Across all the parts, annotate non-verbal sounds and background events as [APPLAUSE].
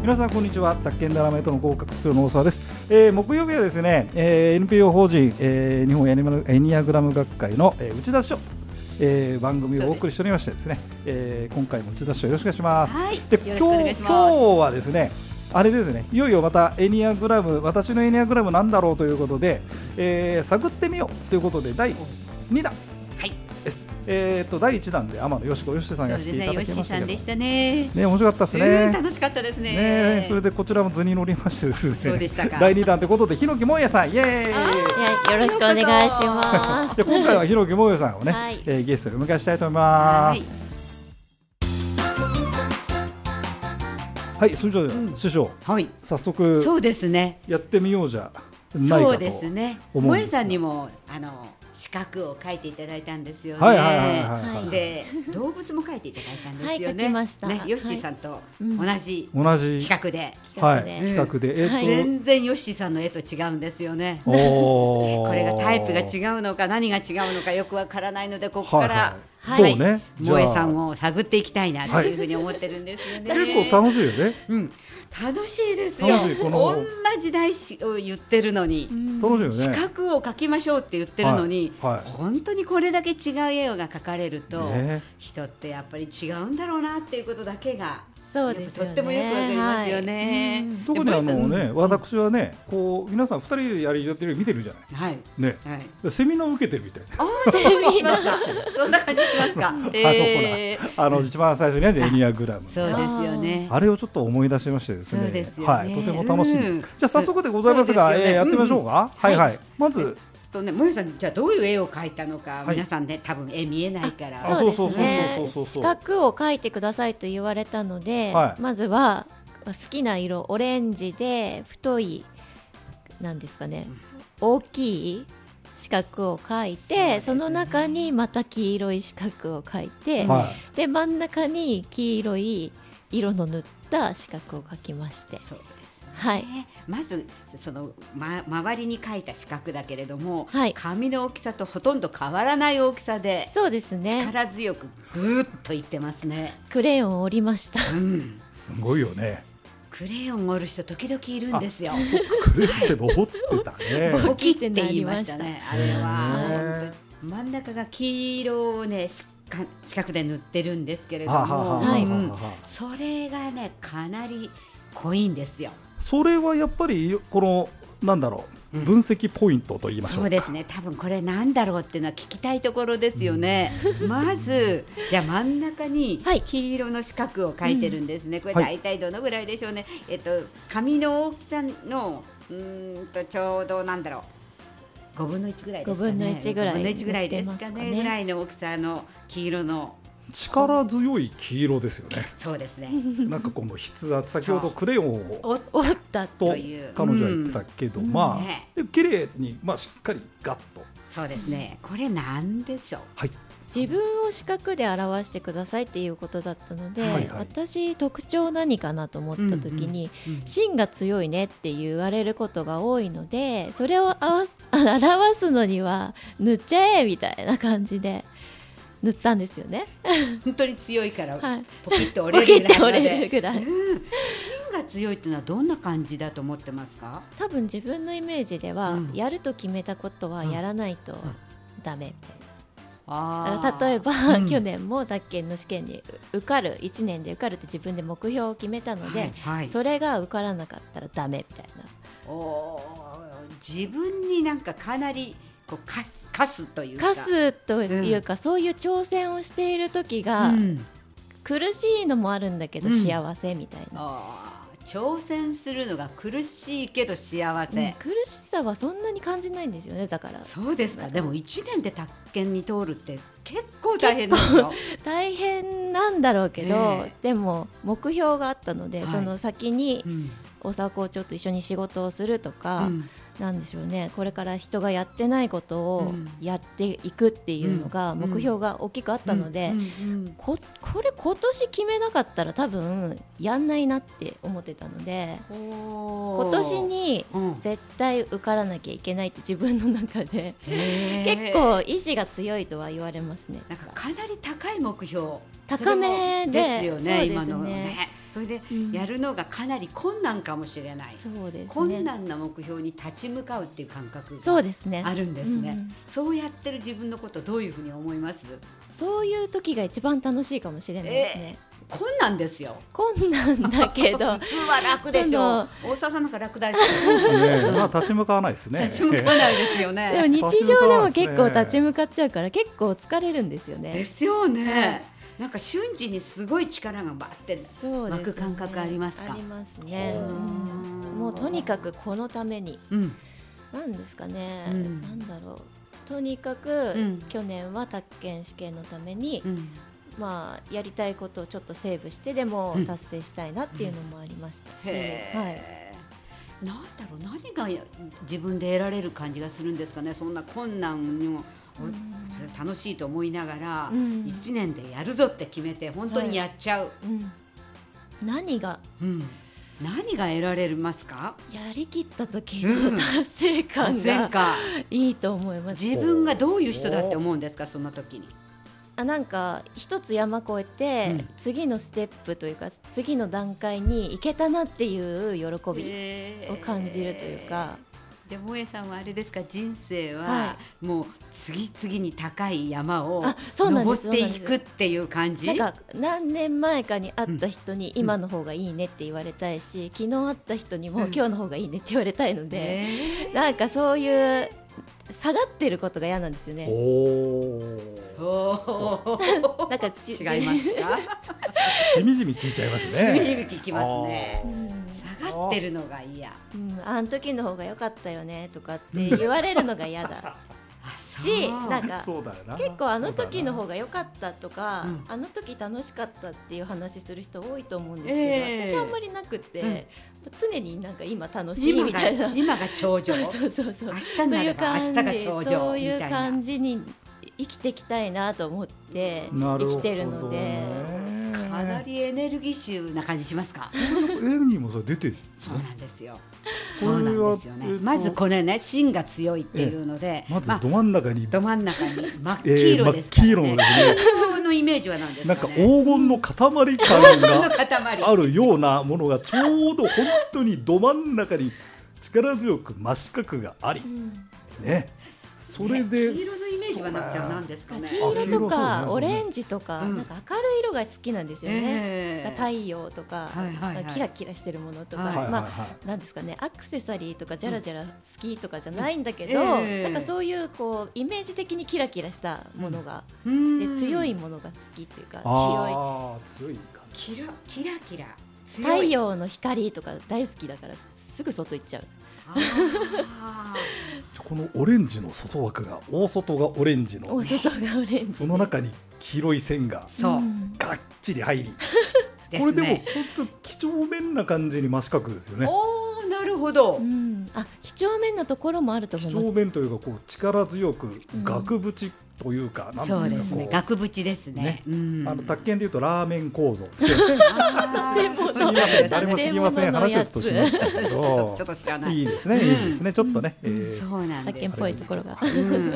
皆さんこんにちは宅建ダラメとの合格スクールの大沢です、えー、木曜日はですね、えー、NPO 法人、えー、日本エニマルエニアグラム学会の、えー、内田所えー、番組をお送りしておりましてですね、えー、今回も内田師匠よろしくお願いします。はいでよ今日ろしくお願いし今ます日はですねあれですねいよいよまたエニアグラム私のエニアグラムなんだろうということで、えー、探ってみようということで第2弾はい、です。えー、と第1弾で天野よしこよしさんそがう来でてすいたね、だきよまっししたーさけどんでしたね。ね面白かったですうん、ね。楽しかったですね。ねそれでこちらも図に乗りましてですねそうでしたか第2弾ということで檜もえさんイエーイあーいやよろしくお願いしま。です今回はひろきもよさんをね、はいえーゲストにお迎えしたいと思います。い、はい、それじゃあ、ん師匠、はい、早速そうですね。やってみようじゃないかと。そうですね。思うんで萌すがえさんにもあの資格を書いていただいたんですよね。はいはいはいはい、はいねで、動物も書いていただいたんですよね。はい書きましたね、よっしーさんと同じ同じ企画で、はい企企画で、えっ、と、はい全然よっしーさんの絵と違うんですよね。おーこれがタイプが違うのか何が違うのかよくわからないのでここから、はいはいそうねじゃあ萌えさんを探っていきたいなというふうに思ってるんですよね。結構楽しいよね。うん、楽しいですよ。楽しいこの同じ題詞を言ってるのに、楽しいよね。四角を描きましょうって言ってるのに、はいはい本当にこれだけ違う絵が描かれると、ね人ってやっぱり違うんだろうなっていうことだけが。そうですよねとってもよくわかりますよね。はい特にあのね、私はね、こう皆さん二人でやりやってる見てるじゃない。はい。ね、は [LAUGHS] い。セミナー受けてるみたいな。ああ、そうしますか。そんな感じしますか。えーあの一番最初にあるエニアグラム。そうですよね。あれをちょっと思い出しましてですね。そうですよねはい、とても楽しいです。うんじゃあ早速でございますが、そうですよねえーやってみましょうか。うんはいはい。はいまず、とね、もゆさん、じゃあどういう絵を描いたのか、はい皆さんね、多分絵見えないから。あそうですそうねそうそうそうそう。そう四角を書いてくださいと言われたので、はいまずは好きな色オレンジで太いなんですかね、大きい四角を書いて、ねその中にまた黄色い四角を書いて、はで真ん中に黄色い色の塗った四角を書きまして、そうですねはい。まずその、ま、周りに描いた四角だけれども、はい紙の大きさとほとんど変わらない大きさで、そうですね。力強くぐーっといってますね、クレヨンを折りました。うん、い、すごいよね。クレヨン折る人時々いるんですよクレーンって折ってたね。 [LAUGHS] ポキって言いましたねあへれはー本当に真ん中が黄色をねしか四角で塗ってるんですけれどはあはあも、はあはあうんはあそれがねかなり濃いんですよそれはやっぱりこのなんだろううん分析ポイントと言いましょそううか。ですね多分これなんだろうっていうのは聞きたいところですよね、 [LAUGHS] まずじゃあ真ん中にはい黄色の四角を描いてるんですね、これはい大体どのぐらいでしょうね、えっと紙の大きさのうーんとちょうどなんだろう5分の1ぐらいですかね5分の1ぐら5い分の1ぐらいですか塗ねってますかねぐらいの大きさの黄色の力強い黄色ですよね。そうですねなんかこの筆 [LAUGHS] 圧先ほどクレヨンをおっ折った。とと彼いう女は言ってたけど、うんまうんあねで綺麗にまあしっかりガッとそうですねこれなんでしょうはい。自分を四角で表してくださいっていうことだったので、はいはい私特徴何かなと思った時に、うん芯が強いねって言われることが多いので、それをあわす表すのには塗っちゃえみたいな感じで塗ったんですよね。本当に強いからはい。ポキッと折折れれるぐらいまでるぐらい。うん芯が強いっていうのはどんな感じだと思ってますか？多分自分のイメージでは、うんやると決めたことはやらないとダメみたいな。だあから例えば、うん去年も宅建の試験に受かる1年で受かるって自分で目標を決めたので、はいはい、それが受からなかったらダメみたいなおー自分になんかかなりこうかすかすというか、カスというか、そういう挑戦をしている時が、うん、苦しいのもあるんだけど、うん幸せみたいな、あー挑戦するのが苦しいけど幸せ。うん苦しさはそんなに感じないんですよねだからそうですか。でも一年で宅建に通るって結構大変ですよ。大変なんだろうけど、ええでも目標があったので、はいその先にうん大沢校長と一緒に仕事をするとうか、んなんでしょうねこれから人がやってないことうをんやっていくっていうのがうん目標が大きくあったので、うんうんここれ今年決めなかったら多分やんないなって思ってたのでおー今年にうん絶対受からなきゃいけないって自分の [LAUGHS] 中でへー結構意志が強いとは言われますね。なんかかなり高い目標高めでそれもですよねそうですね今のねそれでうんやるのがかなり困難かもしれない、そうです困ね難な目標に立ち向かうっていう感覚そうがですねあるんですね、うんうんそうやってる自分のことどういうふうに思いますそういう時が一番楽しいかもしれないですね、困難ですよ困難だけど [LAUGHS] 普通は楽でしょ大沢さんなんか楽だし [LAUGHS] ねまあ立ち向かわないですね。立ち向かないですよでもね日常でも結構立ち向かっちゃうから結構疲れるんですよでね。すよねなんか瞬時にすごい力がバーってそうですね湧く感覚ありますかありますね。ううんもうとにかくこのためにうんなんですかね、うんなんだろうとにかく、ん去年は宅建試験のために、うんまあやりたいことをちょっとセーブしてでもうん達成したいなっていうのもありましたし、へーはい、なんだろう何がや自分で得られる感じがするんですかねそんな困難にもおうん楽しいと思いながら、うん1年でやるぞって決めて本当にやっちゃう、うん、何がうん何が得られますかやりきった時の達成感前がかいいと思います。自分がどういう人だって思うんですかそんな時に。あなんか一つ山越えて、うん次のステップというか次の段階に行けたなっていう喜びえーを感じるというか、で萌えさんはあれですか人生ははもう次々に高い山をあそうなんで登っすていくっていう感じなんか何年前かに会った人に今の方がいいねって言われたいし、昨日会った人にもうん今日の方がいいねって言われたいので、えーなんかそういう下がってることが嫌なんですよね。おお。おー [LAUGHS] なんかち違います [LAUGHS] か。しみじみ聞いちゃいますしね。みじみ聞きますねあうー。ん下がってるのが嫌。あ、うん、あの時の方が良かったよねとかって言われるのが嫌だしなんかそうだよな。結構あの時の方が。が良かったとか、うんあの時楽しかったっていう話する人多いと思うんですけど、ええ私はあんまりなくて、うんもう常になんか今楽しい今みたいなが今が頂上。 [LAUGHS] そうそうそうそ明うそ日うないらうば明感日じが頂そ上うみいうたいな。感じに生きていきたいなと思ってなる生ほどきてるので、ねかなりエネルギッシュな感じしますか。絵にもさ出てる。そうなんですよ。こそれはうなんですよえねっ。とまずこれね、芯が強いっていうので、まずまあど真ん中に。ど真ん中に真っえ黄ー色ですから真っ黄ね色。ですね。黄色のイメージは何ですなかんね。か黄金の塊感が。塊。あるようなものがちょうど本当にど真ん中に力強く真四角がありうんねそれで、ね黄色のイメージはなっちゃうなんですかね。黄色とあ黄色そうですかねオレンジとか、うんなんか明るい色が好きなんですよね、ええ太陽とか、はいはいはいなんかキラキラしてるものとか、はいはいはいまあはいなんですかねアクセサリーとかじゃらじゃら好きとかじゃないんだけど、うんええなんかそういうこうイメージ的にキラキラしたものが、でで強いものが好きっていうか強いあー強い感じキラキラキラ強い太陽の光とか大好きだからすぐ外行っちゃうあこのオレンジの外枠が大外がオレンジおの外がオレンジその中に黄色い線がー [LAUGHS] そう、んがっちり入り、ですね、これでも本当几帳面な感じに真四角ですよねおおなるほど、うんあ几帳面なところもあると思几い帳ます面というかこう力強く額縁というか、なんてそういでうかすこね額縁ですねねうんあの宅建でいうとラーメン構造ですよねあー建物そういうわけです [LAUGHS] 誰も知りません話をちょっとしましたけちょどちょっと知らないいいですね、うんいいですね、ちょっとね、うんえーそうなん宅で建っすぽいところがうん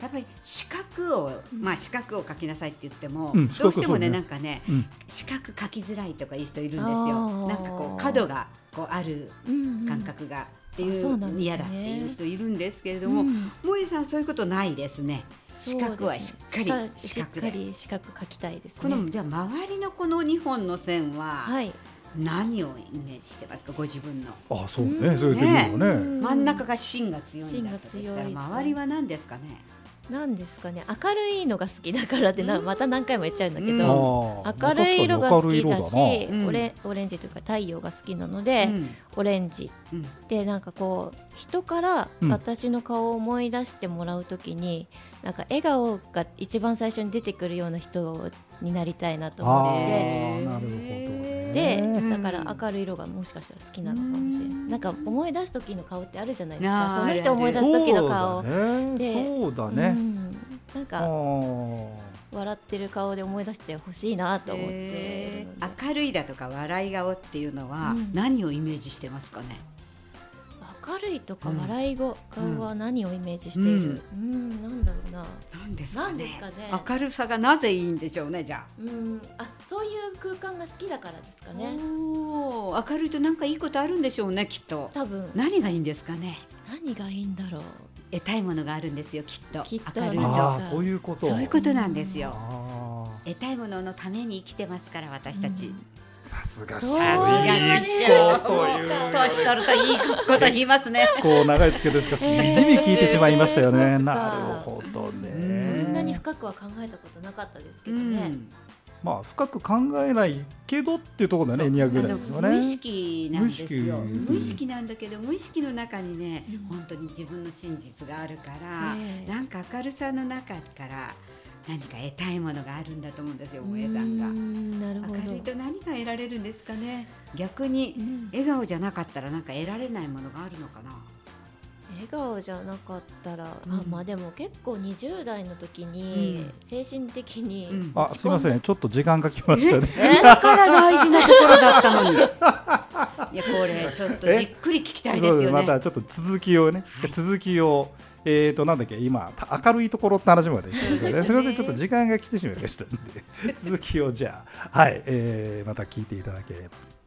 やっぱり四角をまあ四角を書きなさいって言っても、うんどうしても四角そねうねなんかねうん四角書きづらいとかいう人いるんですあよーなんかこう角がこうあるうんうん感覚がっていあう,、そうなんですね嫌だっていう人いるんですけれども、うん萌えさんそういうことないですねそ四うですね角はしっかり四しっ角かでり四角描きたいですねこのじゃあ周りのこの2本の線ははい何をイメージしてますかご自分のあ、そうね、うんそれで言うのうね。ん真ん中が芯が強いんだったとしたら芯が強い周りは何ですかねなんですかね明るいのが好きだからってなまた何回も言っちゃうんだけうどんあー明るい色が好きだまあ確かにし明るい色だなうんオレオレンジというか太陽が好きなので、うんオレンジうんでなんかこう人からうん私の顔を思い出してもらうときに、なんか笑顔が一番最初に出てくるような人になりたいなとあ思ってーなるほどね。でんだから明るい色がもしかしたら好きなのかもしれない、なんか思い出す時の顔ってあるじゃないですあーかそのあるあ人る思い出す時の顔でそうだうね。んなそんうだね。あかー笑ってる顔で思い出してほしいなと思っているえので、ー明るいだとか笑い顔っていうのはうん何をイメージしてますかね、明るいとかうん笑い語は何をイメージしている、うんなんだろうななんですか何ねですかね明るさがなぜいいんでしょうねじゃうんあそういう空間が好きだからですかあ、ねおー明るいとなんかいいことあるんでしょうねきっと多分何がいいんですかね何がいいんだろう得たいものがあるんですよきっときっと明るいなんあかとあそういうことそういうことなんですよあ得たいもののために生きてますから私たち、うんーさすがそしうこさいすいが子という年取るといいこと言いますねこう長いつけですがしじみ聞いてしまいましたよね、えーなるほどねそんなに深くは考えたことなかったですけどうね、んまあ深く考えないけどっていうところだよね200ぐらいですよあの無意ね識なんですよ無無意意識識なんだけど無意識の中にねうん本当に自分の真実があるから、ええなんか明るさの中から何か得たいものがあるんだと思うんですよ萌えさうんが。んなるほど明るいと何が得られるんですかね逆にうん笑顔じゃなかったらなんか得られないものがあるのかな笑顔じゃなかったら、あうんまあでも結構20代の時に精神的に、うんあすみませんちょっと時間が来ましたねえだから大事なところだったのにいやこれちょっとじっくり聞きたいですそうよでねすまたちょっと続きをね、はい続きをえーとなんだっけ今た明るいところって話までしてるので、すみませんちょっと [LAUGHS] 時間が来てしまいましたんで続きをじゃあはい、えーまた聞いていただければと